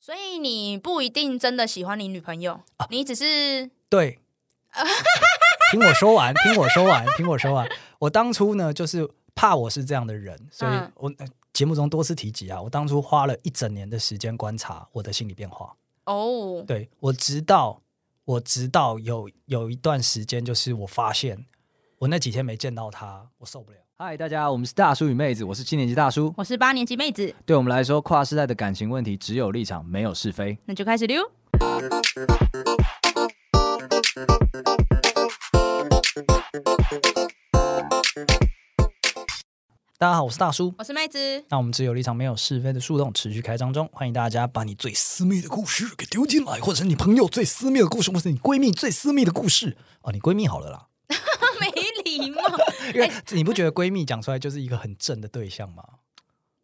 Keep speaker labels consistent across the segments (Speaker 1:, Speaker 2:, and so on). Speaker 1: 所以你不一定真的喜欢你女朋友，
Speaker 2: 啊
Speaker 1: 你只是
Speaker 2: 对，听我说完，听我说完，听我说完。我当初呢，就是怕我是这样的人，所以
Speaker 1: 嗯
Speaker 2: 我呃节目中多次提及啊，我当初花了一整年的时间观察我的心理变化。
Speaker 1: 哦，
Speaker 2: 对我直到我直到有有一段时间，就是我发现我那几天没见到他，我受不了。
Speaker 3: 嗨，大家，我们是大叔与妹子，我是七年级大叔。
Speaker 1: 我是八年级妹子，
Speaker 3: 对我们来说，跨世代的感情问题只有立场，没有是非。
Speaker 1: 那就开始溜。
Speaker 2: 大家好，我是大叔。
Speaker 1: 我是妹子，
Speaker 2: 那我们只有立场没有是非的树洞持续开张中，欢迎大家把你最私密的故事给丢进来，或者是你朋友最私密的故事，或者是你闺蜜最私密的故事哦，你闺蜜好了啦，
Speaker 1: 没礼貌，
Speaker 2: 因为你不觉得闺蜜讲出来就是一个很正的对象吗？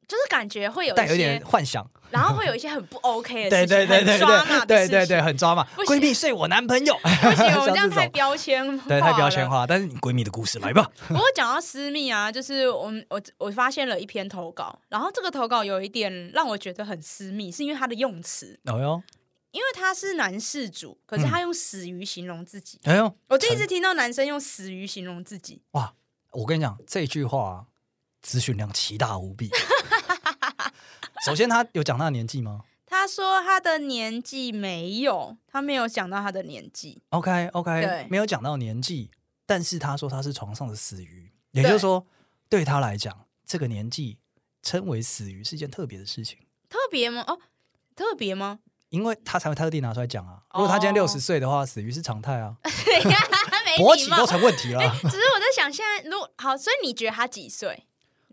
Speaker 1: 就是感觉会有
Speaker 2: 带
Speaker 1: 一
Speaker 2: 有点
Speaker 1: 些，
Speaker 2: 幻想，
Speaker 1: 然后会有一些很不 OK 的
Speaker 2: 对
Speaker 1: 事情，
Speaker 2: 对对对
Speaker 1: 很抓马的
Speaker 2: 对对
Speaker 1: 事情
Speaker 2: 对对，，很抓嘛。
Speaker 1: 不行
Speaker 2: 闺蜜睡我男朋友，
Speaker 1: 不行，我
Speaker 2: 像
Speaker 1: 这样
Speaker 2: 这
Speaker 1: 太
Speaker 2: 种。
Speaker 1: 标签化，
Speaker 2: 对，太标签。化。但是你闺蜜的故事来吧，
Speaker 1: 不过讲到私密啊，就是我们我我发现了一篇投稿，然后这个投稿有一点让我觉得很私密，是因为它的用词，
Speaker 2: 哎呦，
Speaker 1: 因为他是男事主，可
Speaker 2: 嗯
Speaker 1: 是他用死鱼形容自己。
Speaker 2: 哎呦，
Speaker 1: 我第一次听到男生用死鱼形容自己，
Speaker 2: 哇！我跟你讲，这句话啊资讯量奇大无比。首先，他有讲他的年纪吗
Speaker 1: 他说他的年纪没有，他没有讲到他的年纪。
Speaker 2: ？OK
Speaker 1: 对
Speaker 2: OK，没有讲到年纪，但是他说他是床上的死鱼，也就
Speaker 1: 对
Speaker 2: 是说，对他来讲，这个年纪称为死鱼是一件特别的事情，
Speaker 1: 特别吗？哦，特别 吗？
Speaker 2: 因为他才会特地拿出来讲啊。如果他今天
Speaker 1: 哦哎
Speaker 2: 六十岁的话，死鱼是常态啊，
Speaker 1: 没
Speaker 2: 勃
Speaker 1: 礼
Speaker 2: 起
Speaker 1: 貌
Speaker 2: 都。成问题了。啊
Speaker 1: 只是我在想，现在如果好，所以你觉得他几岁？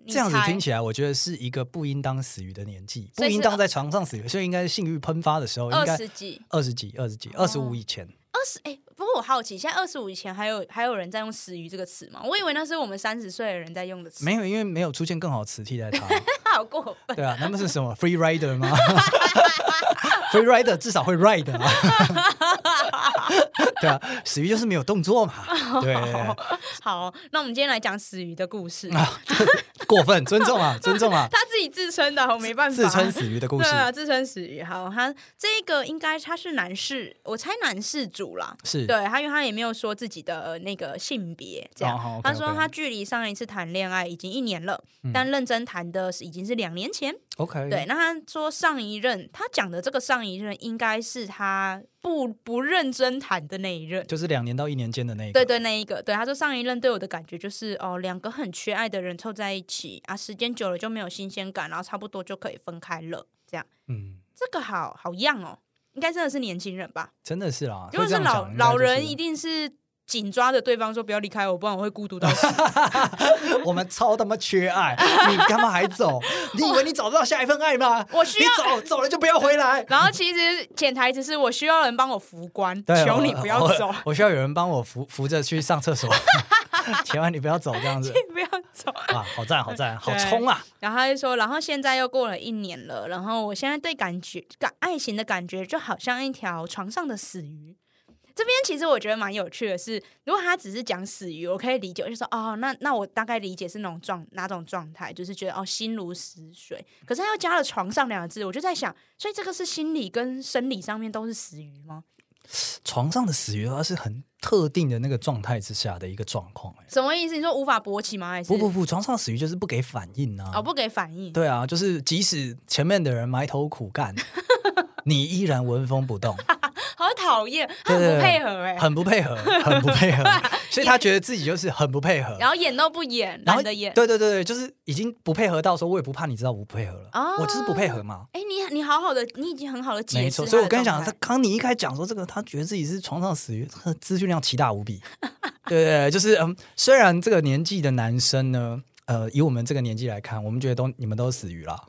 Speaker 1: 你
Speaker 2: 这样子
Speaker 1: 猜
Speaker 2: 听起来，我觉得是一个不应当死于的年纪，
Speaker 1: 所
Speaker 2: 不
Speaker 1: 以是
Speaker 2: 应当在床上死于，所以应该是性欲喷发的时候，应
Speaker 1: 二
Speaker 2: 该
Speaker 1: 十哦几、
Speaker 2: 二十几、二十几、二十五以前。
Speaker 1: 二十哎。不过我好奇，现在二十五以前还有还有人在用“死鱼”这个词吗？我以为那是我们三十岁的人在用的词，
Speaker 2: 没有，因为没有出现更好的词替 代它。
Speaker 1: 他 好过 分。
Speaker 2: 对啊，那么是什么 free rider 吗 ？free rider 至少会 ride 啊。 对啊，死于就是没有动作嘛。对，
Speaker 1: 好，哦那我们今天来讲死鱼的故事。
Speaker 2: 啊过分尊重啊，尊重啊，
Speaker 1: 他自己自称的，我哦没办法。
Speaker 2: 自称死于的故
Speaker 1: 对
Speaker 2: 事
Speaker 1: 啊，自称死鱼。好，他这个应该他是男士，我猜男士主啦。
Speaker 2: 是
Speaker 1: 对他，因为他也没有说自己的呃那个性别，这样。
Speaker 2: 哦好，OK，
Speaker 1: 他说
Speaker 2: OK 嗯
Speaker 1: 他距离上一次谈恋爱已经一年了，但认真谈的是已经是两年前。
Speaker 2: OK。
Speaker 1: 对，那他说上一任，他讲的这个上一任应该是他不不认真谈的那一任。
Speaker 2: 就是两年到一年间的那一个，
Speaker 1: 对对，那一个，对他说上一任对我的感觉就是哦，两个很缺爱的人凑在一起啊，时间久了就没有新鲜感，然后差不多就可以分开了。这样，
Speaker 2: 嗯，
Speaker 1: 这个好好样哦，应该真的是年轻人吧？
Speaker 2: 真的是啦。
Speaker 1: 如果
Speaker 2: 啊会这样
Speaker 1: 老
Speaker 2: 讲应该
Speaker 1: 老
Speaker 2: 就是
Speaker 1: 人，一定是紧抓着对方说不要离开我，不然我会孤独到 死。
Speaker 2: 我们超他妈缺爱，你他妈还走？你以为你找不到下一份爱吗？
Speaker 1: 我需要
Speaker 2: 你走走了就不要回来。
Speaker 1: 然后其实潜台词是我需要人帮我扶棺，
Speaker 2: 对
Speaker 1: 求你
Speaker 2: 我
Speaker 1: 不要走
Speaker 2: 我，我需要有人帮我扶扶着去上厕所，千万你不要走这 样子
Speaker 1: 不要走。
Speaker 2: 啊！好赞好赞，好
Speaker 1: 对
Speaker 2: 冲啊！
Speaker 1: 然后他就说，然后现在又过了一年了，然后我现在对感觉感爱情的感觉就好像一条床上的死鱼。这边其实我觉得蛮有趣的是，如果他只是讲死鱼，我可以理解，我就说哦，那那我大概理解是那种状哪种状态，就是觉得哦心如死水。可是他又加了“床上”两个字，我就在想，所以这个是心理跟生理上面都是死鱼吗？
Speaker 2: 床上的死鱼的啊话是很特定的那个状态之下的一个状况、欸。
Speaker 1: 什么意思？你说无法勃起吗？还是
Speaker 2: 不不不，床上的死鱼就是不给反应啊！
Speaker 1: 哦不给反应？
Speaker 2: 对啊，就是即使前面的人埋头苦 干，你依然纹风不动。
Speaker 1: 好讨厌，他很
Speaker 2: 对对
Speaker 1: 不
Speaker 2: 对
Speaker 1: 配合哎、
Speaker 2: 很不配合，很不配合，所以他觉得自己就是很不配合，
Speaker 1: 然后演都不演，
Speaker 2: 然
Speaker 1: 懒
Speaker 2: 后
Speaker 1: 得演。
Speaker 2: 对对对对，就是已经不配合到说，我也不怕你知道我不配合了，
Speaker 1: 哦
Speaker 2: 我就是不配合嘛，
Speaker 1: 哎、你你好好的，你已经很好的解
Speaker 2: 没
Speaker 1: 释他
Speaker 2: 错。
Speaker 1: 的状态。
Speaker 2: 所以我跟你讲，他刚你一开始讲说这个，他觉得自己是床上死鱼，他的资讯量奇大 无比。对对对，就是嗯，虽然这个年纪的男生呢，呃，以我们这个年纪来看，我们觉得都你们都是死鱼 啦，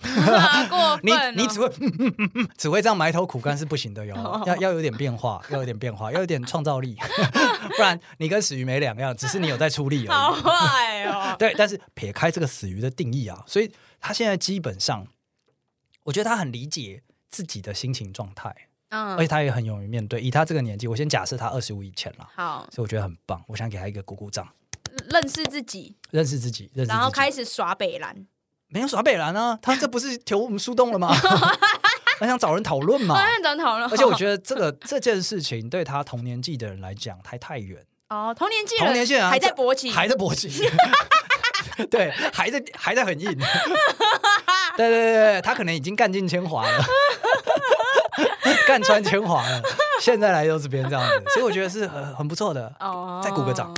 Speaker 1: 过
Speaker 2: 你
Speaker 1: 分哦、
Speaker 2: 你 只会、嗯嗯嗯嗯只会这样埋头苦干是不行的哟
Speaker 1: 哦，
Speaker 2: 要要有点变化，要有点变化，要有点创 造力，不然你跟死鱼没两样，只是你有在出力而
Speaker 1: 好
Speaker 2: 已。。
Speaker 1: 坏哦
Speaker 2: 对，但是撇开这个死鱼的定义啊，所以他现在基本上，我觉得他很理解自己的心情状态，而且
Speaker 1: 嗯，
Speaker 2: 他也很勇于面对。以他这个年纪，我先假设他二十五以前啦，
Speaker 1: 好，
Speaker 2: 所以我觉得很棒，我想给他一个鼓鼓掌，
Speaker 1: 认识自己，
Speaker 2: 认识自己，认识自己。
Speaker 1: 然后开始耍北兰。
Speaker 2: 没有耍北兰啊，他这不是求我们树洞了吗？很想找人讨论嘛。
Speaker 1: 那怎么讨论？
Speaker 2: 而且我觉得这个这件事情对他同年纪的人来讲太太远，
Speaker 1: 哦，同年纪人
Speaker 2: 同年纪人啊
Speaker 1: 还在
Speaker 2: 这
Speaker 1: 勃起，
Speaker 2: 还在 勃起，对，还在还在很硬，对对对对，他可能已经干尽铅华了， 干穿铅华了，现在来到这边这样子，所以我觉得是很很不错的，
Speaker 1: 哦，
Speaker 2: 再鼓个掌，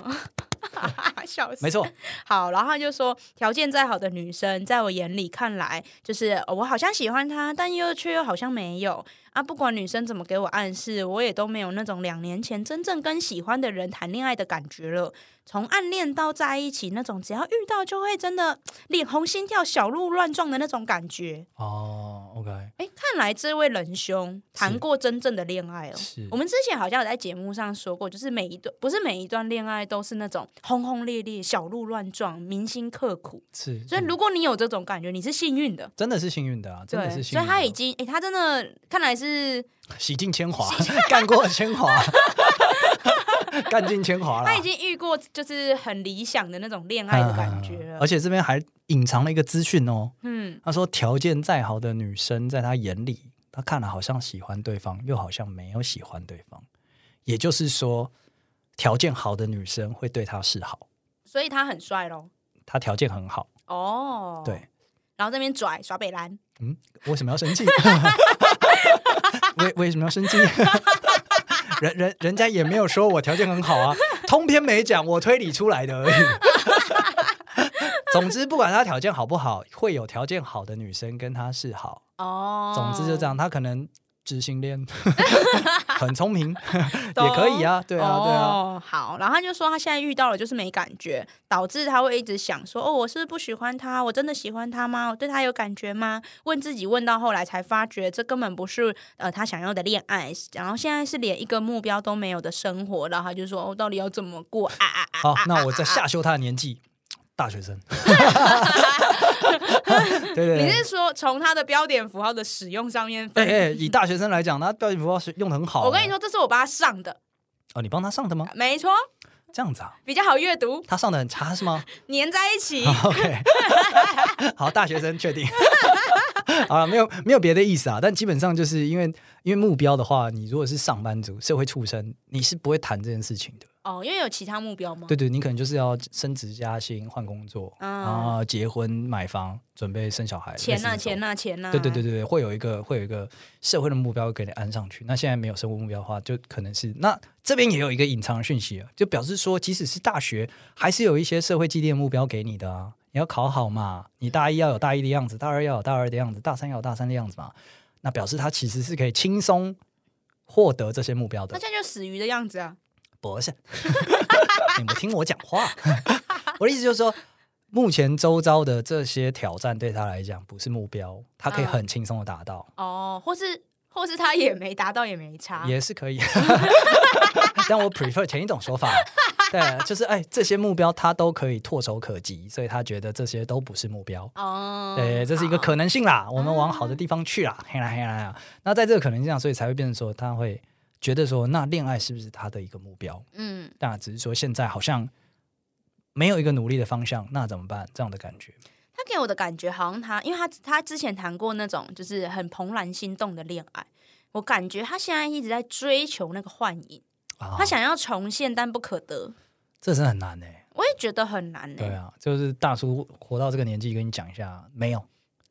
Speaker 1: 笑死，
Speaker 2: 没错，
Speaker 1: 好，然后他就说，条件再好的女生，在我眼里看来，就是呃我好像喜欢她，但又却又好像没有啊。不管女生怎么给我暗示，我也都没有那种两年前真正跟喜欢的人谈恋爱的感觉了。从暗恋到在一起那种，只要遇到就会真的脸红心跳、小鹿乱撞的那种感觉。
Speaker 2: 哦，OK，
Speaker 1: 哎，看来这位仁兄谈过真正的恋爱哦。
Speaker 2: 是
Speaker 1: 我们之前好像有在节目上说过，就是每一段不是每一段恋爱都是那种轰轰烈烈、小鹿乱撞、铭心刻苦。
Speaker 2: 是，
Speaker 1: 所以如果你有这种感觉，你是幸运的。
Speaker 2: 真的是幸运的啊，真
Speaker 1: 对
Speaker 2: 的，是幸
Speaker 1: 所
Speaker 2: 运
Speaker 1: 以
Speaker 2: 的，
Speaker 1: 他已经，诶，他真的看来是，
Speaker 2: 洗尽铅华，干过铅华，干尽铅华了，
Speaker 1: 他已经遇过就是很理想的那种恋爱的感觉
Speaker 2: 嗯
Speaker 1: 了。
Speaker 2: 而且这边还隐藏了一个资讯哦，
Speaker 1: 嗯，
Speaker 2: 他说条件再好的女生，在他眼里，他看了好像喜欢对方，又好像没有喜欢对方。也就是说，条件好的女生会对他示好，
Speaker 1: 所以他很帅咯。
Speaker 2: 他条件很好，
Speaker 1: 哦，，
Speaker 2: 对，
Speaker 1: 然后这边拽耍北兰，
Speaker 2: 嗯，为什么要 生气？为为什么要生气？ 人人人家也没有说我条件很好啊，通篇没讲，我推理出来的而 已。总之，不管她条件好不好，会有条件好的女生跟她示好。
Speaker 1: 哦，
Speaker 2: 总之就这，样，他可能执行 恋很聪明，
Speaker 1: 懂
Speaker 2: 也可以啊，对啊，对啊，
Speaker 1: 哦，好，然后他就说他现在遇到了就是没感觉，导致他会一直想说，哦，我是不是不喜欢他？我真的喜欢他吗？我对他有感觉吗？问自己，问到后来才发觉，这根本不是呃他想要的恋爱，然后现在是连一个目标都没有的生活，然后他就说，哦，到底要怎么过啊啊啊！
Speaker 2: 好，那我再下修他的年纪，大学 生，对对
Speaker 1: 你
Speaker 2: 对。
Speaker 1: 是说从他的标点符号的使用上面
Speaker 2: 哎
Speaker 1: 分？
Speaker 2: 哎，以大学生来讲，他标准符号是用的很好。啊哦
Speaker 1: 我跟你，说，这是我帮他上的，
Speaker 2: 哦，你帮他上的吗？
Speaker 1: 没错，
Speaker 2: 这样子啊，
Speaker 1: 比较好阅读，
Speaker 2: 他上的很差是吗
Speaker 1: 粘在一起。
Speaker 2: 啊 ？OK，好，大学生确定。 好了，没有没有别的意思啊，但基本上就是因为因为目标的话，你如果是上班族、社会畜生，你是不会谈这件事情的。
Speaker 1: 哦，因为有其他目标吗？
Speaker 2: 对对，你可能就是要升职加薪、换工作，
Speaker 1: 嗯
Speaker 2: 然后结婚、买房、准备生小孩，
Speaker 1: 钱呐、
Speaker 2: 呐、
Speaker 1: 钱啊
Speaker 2: 呐、
Speaker 1: 呐、钱呐、
Speaker 2: 对对对对对，会有一个会有一个社会的目标给你安上去。那现在没有生活目标的话，就可能是那这边也有一个隐藏的讯息啊，就表示说，即使是大学，还是有一些社会积淀目标给你的啊。你要考好嘛，你大一要有大一的样子，大二要有大二的样子，大三要有大三的样子嘛。那表示他其实是可以轻松获得这些目标的
Speaker 1: 那。现在就死鱼的样子啊！
Speaker 2: 不是，你不听我讲话。我的意思就是说，目前周遭的这些挑战对他来讲不是目标，他
Speaker 1: 嗯
Speaker 2: 可以很轻松的达到，
Speaker 1: 哦，或是或是他也没达到也没差，
Speaker 2: 也是可以。 但我 prefer 前一 种说法，对，就是哎，这些目标他都可以唾手可及，所以他觉得这些都不是目标。
Speaker 1: 哦，
Speaker 2: 对，这是一个
Speaker 1: 好嗯
Speaker 2: 可能性啦，我们往好的地方去啦，嘿啦嘿啦嘿啦。那在这个可能性上，所以才会变成说，他会觉得说，那恋爱是不是他的一个目标？
Speaker 1: 嗯，
Speaker 2: 但只是说现在好像没有一个努力的方向，那怎么办？这样的感觉。
Speaker 1: 他给我的感觉好像他，因为他他之前谈过那种就是很怦然心动的恋爱，我感觉他现在一直在追求那个幻影，
Speaker 2: 啊
Speaker 1: 他想要重现但不可得，
Speaker 2: 这真的很难欸呢、
Speaker 1: 我也觉得很难欸呢、
Speaker 2: 对啊，就是大叔活到这个年纪，跟你讲一下，没有，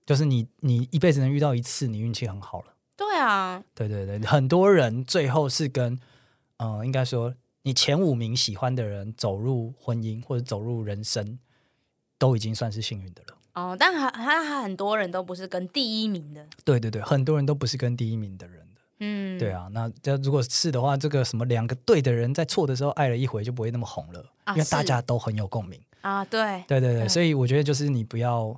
Speaker 2: 就是你你一辈子能遇到一次，你运气很好了。
Speaker 1: 对啊，
Speaker 2: 对对对，很多人最后是跟，呃，应该说你前五名喜欢的人走入婚姻或者走入人生，都已经算是幸运的了。
Speaker 1: 哦，但还他很多人都不是跟第一名的，
Speaker 2: 对对对，很多人都不是跟第一名的人的。
Speaker 1: 嗯，
Speaker 2: 对啊，那这如果是的话，这个什么两个对的人在错的时候爱了一回，就不会那么红了，
Speaker 1: 啊
Speaker 2: 因为大
Speaker 1: 是
Speaker 2: 家都很有共鸣。
Speaker 1: 啊，对，
Speaker 2: 对对对，
Speaker 1: 嗯
Speaker 2: 所以我觉得就是你不要，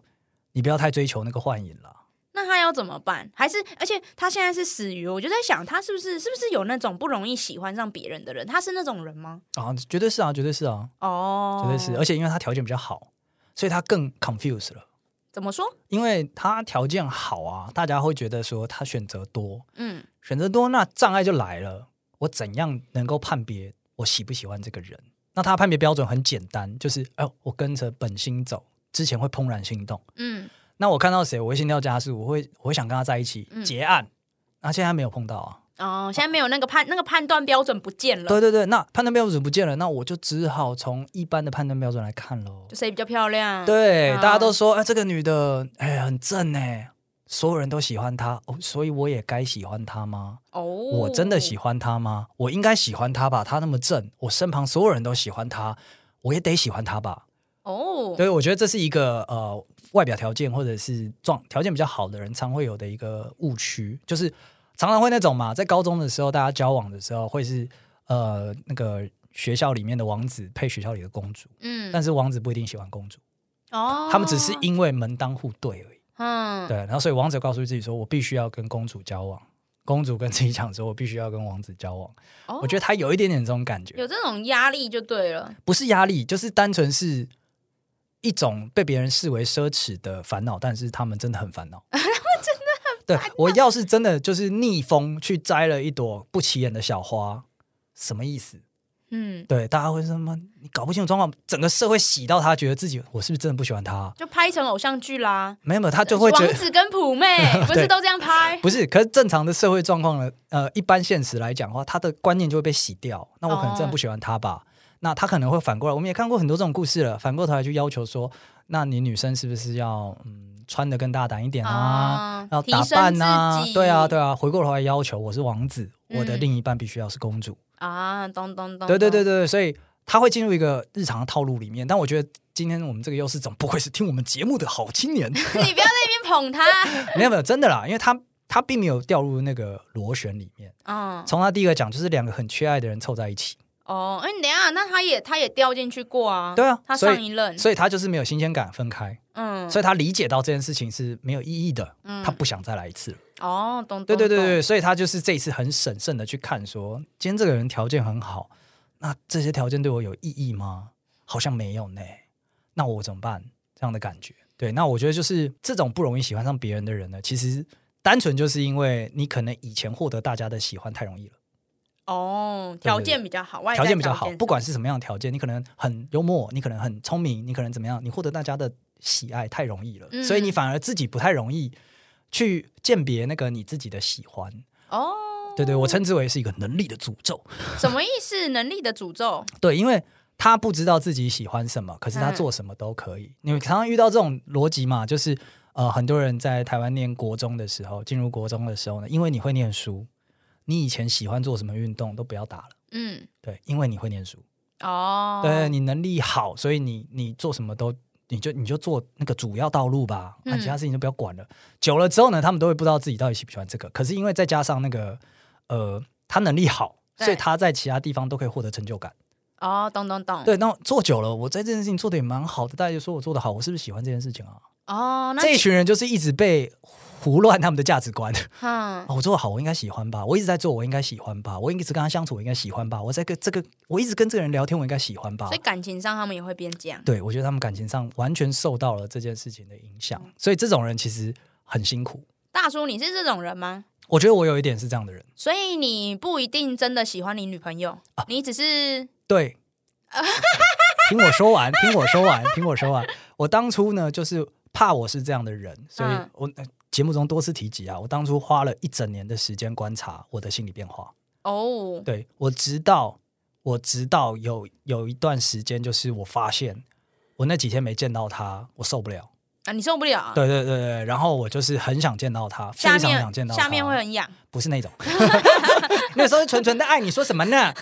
Speaker 2: 你不要太追求那个幻影了。
Speaker 1: 那他要怎么办？还是而且他现在是死鱼，我就在想，他是不是是不是有那种不容易喜欢上别人的人？他是那种人吗？
Speaker 2: 啊，绝对是啊，绝对是啊，
Speaker 1: 哦，
Speaker 2: 绝对是。而且因为他条件比较好，所以他更 confused 了。
Speaker 1: 怎么说？
Speaker 2: 因为他条件好啊，大家会觉得说他选择多，
Speaker 1: 嗯，
Speaker 2: 选择多，那障碍就来了。我怎样能够判别我喜不喜欢这个人？那他的判别标准很简单，就是哎、我跟着本心走，之前会怦然心动。
Speaker 1: 嗯，
Speaker 2: 那我看到谁，我会心跳加速，我会我会想跟他在一起
Speaker 1: 嗯
Speaker 2: 结案，那、现在没有碰到啊。
Speaker 1: 哦，现在没有那个判那个判断标准不见了，
Speaker 2: 对对对，那判断标准不见了，那我就只好从一般的判断标准来看喽。
Speaker 1: 就谁比较漂亮？
Speaker 2: 对，
Speaker 1: 啊
Speaker 2: 大家都说，哎、这个女的，哎、很正哎、所有人都喜欢她哦，所以我也该喜欢她吗？
Speaker 1: 哦，
Speaker 2: 我
Speaker 1: 我
Speaker 2: 真的喜欢她吗？我应该喜欢她吧？她那么正，我身旁所有人都喜欢她，我也得喜欢她吧？
Speaker 1: 哦，
Speaker 2: 对，我觉得这是一个呃外表条件或者是状条件比较好的人常会有的一个误区，就是常常会那种嘛，在高中的时候大家交往的时候会是呃那个学校里面的王子配学校里的公主，
Speaker 1: 嗯，
Speaker 2: 但是王子不一定喜欢公主，
Speaker 1: 哦，
Speaker 2: 他们只是因为门当户对而已。
Speaker 1: 嗯，
Speaker 2: 对，然后所以王子告诉自己说，我必须要跟公主交往。公主跟自己讲说，我必须要跟王子交往。
Speaker 1: 哦
Speaker 2: 我觉得他有一点点这种感觉，
Speaker 1: 有这种压力就对了，
Speaker 2: 不是压力，就是单纯是一种被别人视为奢侈的烦恼，但是他们真的很烦恼。 他们真的很对我要是真的就是逆风去摘了一朵不起眼的小花，什么意思？
Speaker 1: 嗯，
Speaker 2: 对，大家会说什么？你搞不清楚状况，整个社会洗到他，觉得自己我是不是真的不喜欢他？啊
Speaker 1: 就拍成偶像剧啦，
Speaker 2: 没有没有，他就会觉
Speaker 1: 王
Speaker 2: 得
Speaker 1: 子跟普 妹不是都这样拍？
Speaker 2: 不是。可是正常的社会状况呢？呃，一般现实来讲的话，他的观念就会被洗掉。那我可能真的不喜欢他吧？那他可能会反过来，我们也看过很多这种故事了，反过头来去要求说，那你女生是不是要嗯穿的更大胆一点 啊？
Speaker 1: 啊
Speaker 2: 要
Speaker 1: 提
Speaker 2: 打
Speaker 1: 升
Speaker 2: 扮啊
Speaker 1: 自？己
Speaker 2: 对啊，对啊。回过头来要求我是王子，
Speaker 1: 嗯
Speaker 2: 我的另一半必须要是公主。
Speaker 1: 啊，咚咚咚，
Speaker 2: 对对对
Speaker 1: 对，
Speaker 2: 对，所以他会进入一个日常的套路里面。但我觉得今天我们这个优势总不愧是听我们节目的好青 年，
Speaker 1: 你不要在那边捧 他，
Speaker 2: 没有没有，真的啦，因为他他并没有掉入那个螺旋里面。
Speaker 1: 嗯，
Speaker 2: 从他第一个讲，就是两个很缺爱的人凑在一起，
Speaker 1: 哦，哎，你等一下，那他也他也掉进去过啊，
Speaker 2: 对啊
Speaker 1: 他
Speaker 2: 所以
Speaker 1: 上一任，
Speaker 2: 所以他就是没有新鲜感，分开，
Speaker 1: 嗯，
Speaker 2: 所以他理解到这件事情是没有意义的，
Speaker 1: 嗯
Speaker 2: 他不想再来一次了。
Speaker 1: 哦，懂，
Speaker 2: 对对对
Speaker 1: 懂，
Speaker 2: 对，所以他就是这一次很审慎的去看说，今天这个人条件很好，那这些条件对我有意义吗？好像没有呢，那我怎么办？这样的感觉，对，那我觉得就是这种不容易喜欢上别人的人呢，其实单纯就是因为你可能以前获得大家的喜欢太容易了。
Speaker 1: 哦，
Speaker 2: 对
Speaker 1: 条件比较好，外在
Speaker 2: 条件比较好，
Speaker 1: 上
Speaker 2: 不管是什么样的条件，你可能很幽默，你可能很聪明，你可能怎么样，你获得大家的喜爱太容易了，
Speaker 1: 嗯
Speaker 2: 所以你反而自己不太容易去鉴别那个你自己的喜欢。
Speaker 1: 哦，
Speaker 2: 对对，我称之为是一个能力的诅咒。
Speaker 1: 什么意思？能力的诅咒，
Speaker 2: 对，因为他不知道自己喜欢什么，可是他做什么都可以。你常常遇到这种逻辑嘛，就是呃，很多人在台湾念国中的时候，进入国中的时候呢，因为你会念书，你以前喜欢做什么运动都不要打了，
Speaker 1: 嗯，
Speaker 2: 对，因为你会念书。
Speaker 1: 哦，
Speaker 2: 对你能力好，所以你你做什么都，你就你就做那个主要道路吧，啊，
Speaker 1: 嗯
Speaker 2: 其他事情都不要管了。久了之后呢，他们都会不知道自己到底喜不喜欢这个。可是因为再加上那个呃，他能力好，
Speaker 1: 对
Speaker 2: 所以他在其他地方都可以获得成就感。
Speaker 1: 哦，懂懂懂，
Speaker 2: 对，那做久了，我在这件事情做的也蛮好的，大家就说我做的好，我是不是喜欢这件事情啊？
Speaker 1: 哦，那
Speaker 2: 这一群人就是一直被胡乱他们的价值观。
Speaker 1: 嗯，
Speaker 2: 哦，我做的好，我应该喜欢吧？我一直在做，我应该喜欢吧？我一直跟他相处，我应该喜欢吧？我在跟这个，我一直跟这个人聊天，我应该喜欢吧？
Speaker 1: 所以感情上他们也会变这样。
Speaker 2: 对，我觉得他们感情上完全受到了这件事情的影响，所以这种人其实很辛苦。
Speaker 1: 大叔，你是这种人吗？
Speaker 2: 我觉得我有一点是这样的人，
Speaker 1: 所以你不一定真的喜欢你女朋友，
Speaker 2: 啊
Speaker 1: 你只是
Speaker 2: 对。 听我说完，听我说完，听我说完。我当初呢，就是怕我是这样的人，所以
Speaker 1: 嗯
Speaker 2: 我、呃节目中多次提及啊，我当初花了一整年的时间观察我的心理变化。
Speaker 1: 哦，
Speaker 2: 对我，直到我直到有有一段时间，就是我发现我那几天没见到他，我受不了。
Speaker 1: 啊，你受不了啊。
Speaker 2: 对对对对，然后我就是很想见到他，非
Speaker 1: 下
Speaker 2: 常
Speaker 1: 面
Speaker 2: 想见到他。
Speaker 1: 下面会很痒，
Speaker 2: 不是那种， 那时候是纯纯的爱，你说什么呢？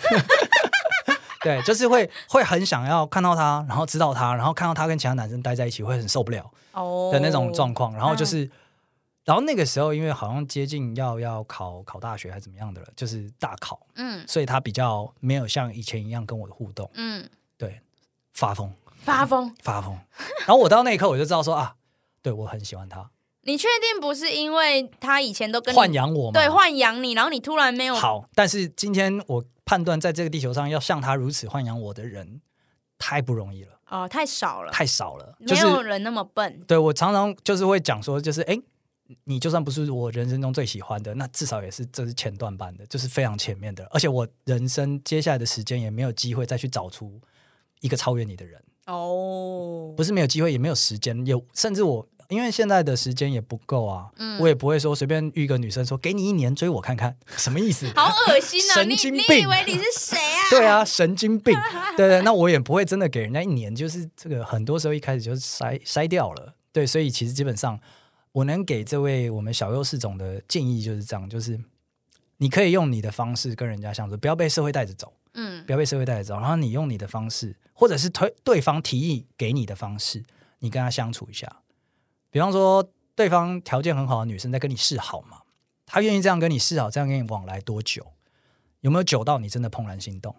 Speaker 2: 对，就是会会很想要看到他，然后知道他，然后看到他跟其他男生待在一起会很受不了
Speaker 1: 哦嗯
Speaker 2: 的那种状况。然后就是，然后那个时候因为好像接近要要考考大学还是怎么样的了，就是大考，
Speaker 1: 嗯
Speaker 2: 所以他比较没有像以前一样跟我的互动，
Speaker 1: 嗯，
Speaker 2: 对，发疯
Speaker 1: 发疯。
Speaker 2: 发疯。然后我到那一刻我就知道说啊，对我很喜欢他，
Speaker 1: 你确定不是因为他以前都跟你
Speaker 2: 豢养我嘛，
Speaker 1: 对豢养你，然后你突然没有
Speaker 2: 好，但是今天我判断，在这个地球上要像他如此豢养我的人，太不容易了，
Speaker 1: 哦，太少了，
Speaker 2: 太少了。
Speaker 1: 没
Speaker 2: 就是
Speaker 1: 有人那么笨。
Speaker 2: 对我常常就是会讲说，就是哎，诶你就算不是我人生中最喜欢的，那至少也是这是前段班的，就是非常前面的。而且我人生接下来的时间也没有机会再去找出一个超越你的人，
Speaker 1: 哦，
Speaker 2: 不是没有机会，也没有时间，也甚至我因为现在的时间也不够啊，
Speaker 1: 嗯
Speaker 2: 我也不会说随便遇一个女生说给你一年追我看看，什么意 思？
Speaker 1: 好恶心啊！
Speaker 2: 神
Speaker 1: 你
Speaker 2: 经
Speaker 1: 你以
Speaker 2: 病
Speaker 1: 为你是谁啊？
Speaker 2: 对啊，神经病，对对，那我也不会真的给人家一年，就是这个很多时候一开始就筛筛掉了，对，所以其实基本上我能给这位我们小优市总的建议就是这样，就是你可以用你的方式跟人家相处，不要被社会带着走，
Speaker 1: 嗯
Speaker 2: 不要被社会带着走，然后你用你的方式，或者是推对方提议给你的方式，你跟他相处一下，比方说对方条件很好的女生在跟你示好嘛，她愿意这样跟你示好，这样跟你往来多久？有没有久到你真的怦然心动？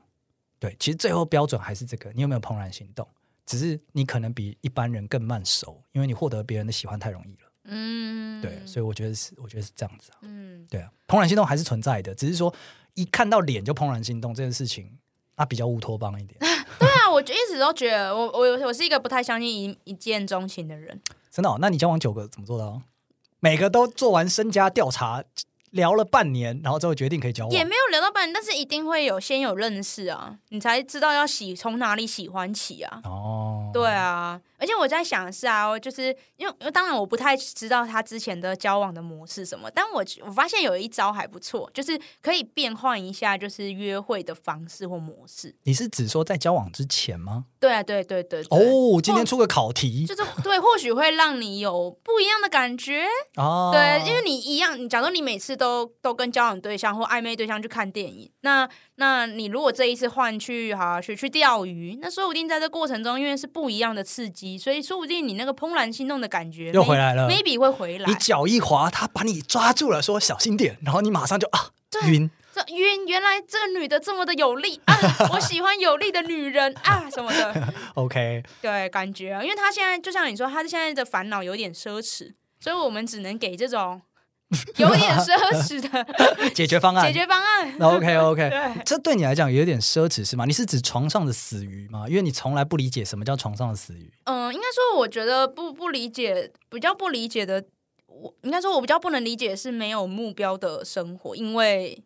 Speaker 2: 对，其实最后标准还是这个，你有没有怦然心动？只是你可能比一般人更慢熟，因为你获得别人的喜欢太容易了。
Speaker 1: 嗯，
Speaker 2: 对，所以我觉得是，我觉得是这样子啊。
Speaker 1: 嗯
Speaker 2: 对啊，怦然心动还是存在的，只是说一看到脸就怦然心动这件事情，它比较乌托邦一点。
Speaker 1: 对啊，我就一直都觉得我我我是一个不太相信一一见钟情的人。
Speaker 2: 真的、哦？那你交往九个怎么做到？每个都做完身家调查，聊了半年，然后之后决定可以交往
Speaker 1: 也。没有聊到半，但是一定会有先有认识啊，你才知道要喜从哪里喜欢起啊。
Speaker 2: 哦，
Speaker 1: 对啊，而且我在想的是啊，我就是因为因为当然我不太知道他之前的交往的模式什么，但我我发现有一招还不错，就是可以变换一下，就是约会的方式或模式。
Speaker 2: 你是指说在交往之前吗？
Speaker 1: 对啊，对对对对
Speaker 2: 哦，今天出个考题
Speaker 1: 就是对，或许会让你有不一样的感觉。
Speaker 2: 哦，
Speaker 1: 对，因为你一样，你假如你每次都都跟交往对象或暧昧对象去看电影，那那你如果这一次换去好啊去去钓鱼，那说不定在这过程中，因为是不一样的刺激，所以说不定你那个怦然心动的感觉
Speaker 2: 又回来了
Speaker 1: may-，maybe 会回来
Speaker 2: 你。脚一滑，他把你抓住了，说小心点，然后你马上就啊晕，
Speaker 1: 这原原来这个女的这么的有力 啊，我喜欢有力的女人啊什么的，
Speaker 2: OK，
Speaker 1: 对，感觉啊，因为她现在就像你说，她现在的烦恼有点奢侈，所以我们只能给这 种有点奢侈的
Speaker 2: 解决方案。
Speaker 1: 解决方案。
Speaker 2: OK OK，
Speaker 1: 对
Speaker 2: 这对你来讲有点奢侈是吗？你是指床上的死鱼吗？因为你从来不理解什么叫床上的死鱼。
Speaker 1: 嗯，应该说，我觉得不不理解，比较不理解的，我应该说，我比较不能理解是没有目标的生活，因为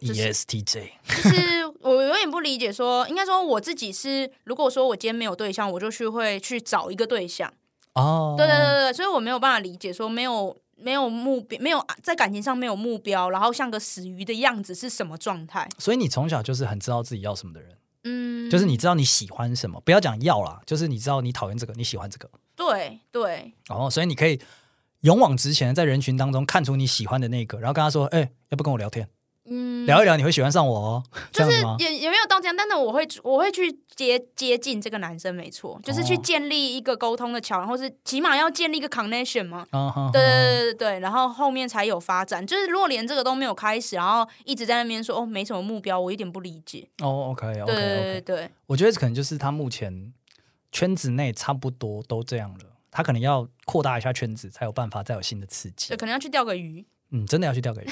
Speaker 1: 就是
Speaker 2: E ESTJ
Speaker 1: 就是 我有点不理解说应该说我自己是，如果说我今天没有对象，我就去会去找一个对象，
Speaker 2: 哦，
Speaker 1: 对对对对，所以我没有办法理解说没有没有目标，没有在感情上没有目标，然后像个死鱼的样子是什么状态？
Speaker 2: 所以你从小就是很知道自己要什么的人，
Speaker 1: 嗯，
Speaker 2: 就是你知道你喜欢什么，不要讲要啦，就是你知道你讨厌这个，你喜欢这个，
Speaker 1: 对对，
Speaker 2: 哦，所以你可以勇往直前，在人群当中看出你喜欢的那个，然后跟他说，哎、要不跟我聊天，
Speaker 1: 嗯，
Speaker 2: 聊一聊，你会喜欢上我哦，这
Speaker 1: 就
Speaker 2: 样
Speaker 1: 是
Speaker 2: 子吗？
Speaker 1: 也也没有到这样，但是我会我会去接接近这个男生，没错，就是去
Speaker 2: 哦
Speaker 1: 建立一个沟通的桥，然后是起码要建立一个 connection 嘛。
Speaker 2: 啊哈，
Speaker 1: 对对对对对，然后后面才有发展。就是如果连这个都没有开始，然后一直在那边说哦没什么目标，我有点不理解。
Speaker 2: 哦，OK
Speaker 1: 对
Speaker 2: OK
Speaker 1: 对对
Speaker 2: OK，
Speaker 1: 对，
Speaker 2: 我觉得可能就是他目前圈子内差不多都这样了，他可能要扩大一下圈子，才有办法再有新的刺激
Speaker 1: 就。可能要去钓个鱼，
Speaker 2: 嗯，真的要去钓个 鱼，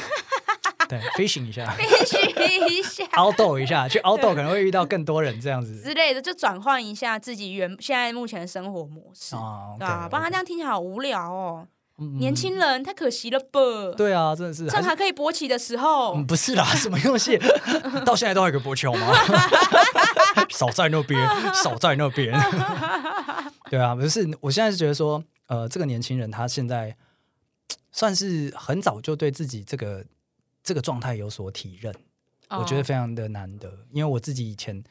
Speaker 2: 对，fishing 一下
Speaker 1: 必须一下
Speaker 2: ，outdoor 一下，去 outdoor 可能会遇到更多人这样子
Speaker 1: 之类的，就转换一下自己原现在目前的生活模式。
Speaker 2: 啊，
Speaker 1: 对啊，不然他这样听起来好无聊哦。年
Speaker 2: 年
Speaker 1: 轻人太可惜了吧？
Speaker 2: 嗯对啊，真的是
Speaker 1: 趁
Speaker 2: 还是
Speaker 1: 还可以勃起的时候，
Speaker 2: 嗯，不是啦，什么 东西？到现在都还有个波球吗？少在那边，少在那边。对啊，不是，我现在是觉得说，呃，这个年轻人他现在算是很早就对自己这个这个状态有所体认，我觉得
Speaker 1: 哦
Speaker 2: 非常的难得。因为我自己以前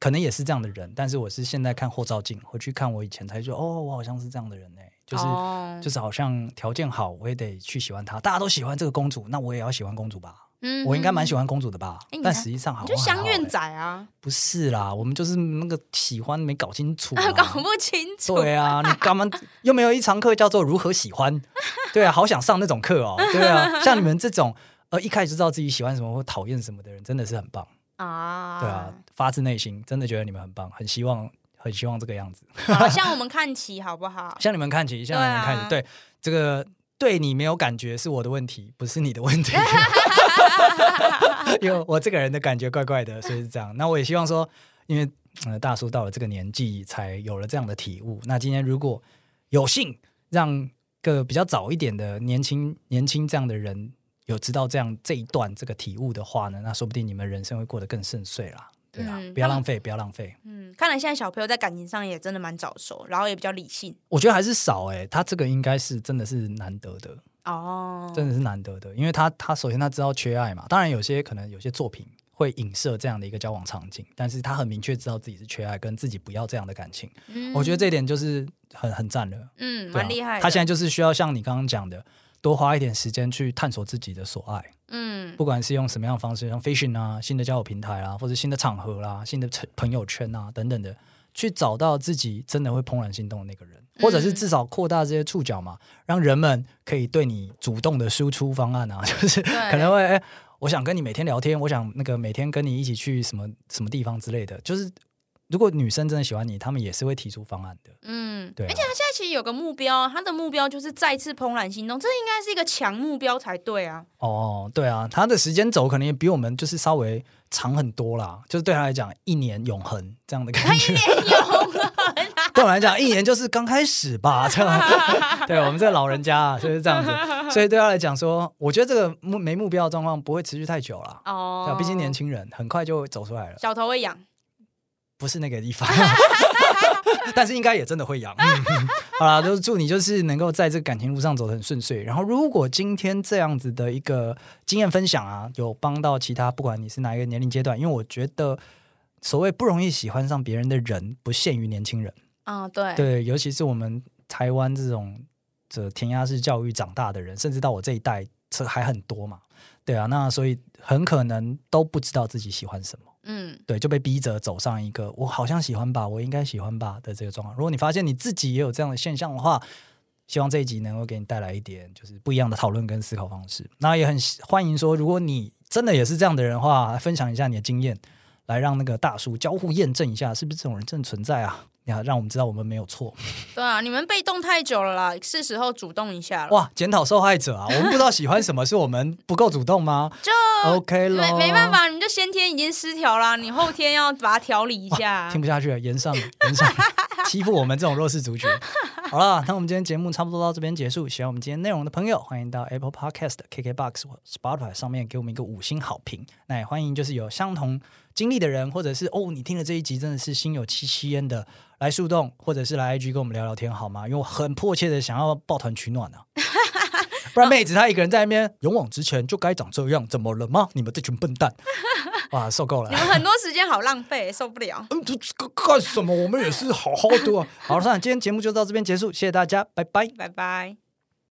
Speaker 2: 可能也是这样的人，但是我是现在看后照镜，回去看我以前才觉得，哦，我好像是这样的人哎、就是。
Speaker 1: 哦
Speaker 2: 就是好像条件好，我也得去喜欢她。大家都喜欢这个公主，那我也要喜欢公主吧。
Speaker 1: 嗯
Speaker 2: 我应该蛮喜
Speaker 1: 欢，
Speaker 2: 欢公主的吧？
Speaker 1: 哎你
Speaker 2: 但
Speaker 1: 才
Speaker 2: 实际上好
Speaker 1: 你
Speaker 2: 像
Speaker 1: 就
Speaker 2: 还
Speaker 1: 相
Speaker 2: 好
Speaker 1: 怨
Speaker 2: 欸
Speaker 1: 仔啊，
Speaker 2: 不是啦，我们就是那个喜欢没搞清楚、
Speaker 1: 啊
Speaker 2: 啊，
Speaker 1: 搞不清楚。
Speaker 2: 对啊，你干嘛又没有一堂课叫做如何喜欢？ 对啊，好想上那种课 哦。对啊，像你们这种呃一开始就知道自己喜欢什么或讨厌什么的人，真的是很棒。
Speaker 1: 啊，
Speaker 2: 对啊，发自内心真的觉得你们很棒，很希望很希望这个样子。
Speaker 1: 好了，向我们看齐好不 好？
Speaker 2: 向你们看齐，向你们看齐。
Speaker 1: 对啊
Speaker 2: 对,、这个对你没有感觉是我的问题，不是你的 问题。因为我这个人的感觉怪怪的，所以是这样。那我也希望说，因为呃大叔到了这个年纪才有了这样的体悟。那今天如果有幸让个比较早一点的年轻年轻这样的人有知道这样这一段这个体悟的话呢，那说不定你们人生会过得更顺遂啦。对啊，
Speaker 1: 嗯
Speaker 2: 不要浪费，不要浪费。
Speaker 1: 嗯，看来现在小朋友在感情上也真的蛮早熟，然后也比较理性
Speaker 2: 我觉得还是少哎、他这个应该是真的是难得的，
Speaker 1: 哦。
Speaker 2: 真的是难得的，因为他他首先他知道缺爱嘛，当然有些可能有些作品会影射这样的一个交往场景，但是他很明确知道自己是缺爱，跟自己不要这样的感情，
Speaker 1: 嗯
Speaker 2: 我觉得这一点就是很很赞了，
Speaker 1: 嗯
Speaker 2: 对啊
Speaker 1: 蛮厉害的。
Speaker 2: 他现在就是需要像你刚刚讲的，多花一点时间去探索自己的所爱，
Speaker 1: 嗯
Speaker 2: 不管是用什么样的方式，像 fishing 啊、新的交友平台啦、或者新的场合啦、新的朋朋友圈啊等等的，去找到自己真的会怦然心动的那个人，或者是至少扩大这些触角嘛，让人们可以对你主动的输出方案啊， 就是
Speaker 1: 对
Speaker 2: 可能会哎、我想跟你每天聊天，我想那个每天跟你一起去什么什么地方之类的，就是如果女生真的喜欢你，她们也是会提出方案的，
Speaker 1: 嗯，
Speaker 2: 对啊、
Speaker 1: 他现在其实有个目标，他的目标就是再次怦然心动，这应该是一个强目标才对啊。
Speaker 2: 哦，对啊，他的时间轴可能也比我们就是稍微长很多啦，就是对他来讲，一年永恒这样的感觉。 对我们来讲，一年就是刚开始吧，这样。对我们这个老人家、啊、就是这样子，所以对他来讲说，我觉得这个目没目标的状况不会持续太久啦。对
Speaker 1: 哦
Speaker 2: 啊，毕竟年轻人很快就走出来了，
Speaker 1: 小头会痒，
Speaker 2: 不是那个地方， 但是应该也真的会痒。 嗯好啦，就是祝你就是能够在这个感情路上走得很顺遂。然后，如果今天这样子的一个经验分享啊，有帮到其他不管你是哪一个年龄阶段，因为我觉得所谓不容易喜欢上别人的人，不限于年轻人，
Speaker 1: 嗯，对，
Speaker 2: 对，尤其是我们台湾这种这填鸭式教育长大的人，甚至到我这一代，这还很多嘛。对啊，那所以很可能都不知道自己喜欢什么。
Speaker 1: 嗯，
Speaker 2: 对，就被逼着走上一个我好像喜欢吧，我应该喜欢吧的这个状况。如果你发现你自己也有这样的现象的话，希望这一集能够给你带来一点就是不一样的讨论跟思考方式。那也很喜欢迎说，如果你真的也是这样的人的话，分享一下你的经验，来让那个大叔交互验证一下，是不是这种人真的存在啊？呀，让我们知道我们没有错。
Speaker 1: 对啊，你们被动太久了啦，是时候主动一下了。
Speaker 2: 哇，检讨受害者啊，我们不知道喜欢什么，是我们不够主动吗？
Speaker 1: 就
Speaker 2: OK
Speaker 1: 没
Speaker 2: 咯
Speaker 1: 没办法，你就先天已经失调啦，你后天要把它调理一下啊。
Speaker 2: 听不下去了，延上延上， 欺负我们这种弱势族群。好了，那我们今天节目差不多到这边结束。喜欢我们今天内容的朋友，欢迎到 Apple Podcast、KKBox 或 Spotify 上面给我们一个五星好评。那也欢迎就是有相同经历的人，或者是哦，你听了这一集真的是心有戚戚焉的，来树洞或者是来 IG 跟我们聊聊天好吗？因为我很迫切的想要抱团取暖啊。不然妹子她一个人在那边勇往直前就该长这样，怎么了吗？你们这群笨蛋！哇，受够了
Speaker 1: 你。们很多时间好浪费，受不了。
Speaker 2: 嗯，这这个干什么？我们也是好好的、啊。好了，算了，今天节目就到这边结束，谢谢大家，拜拜。
Speaker 1: 拜拜。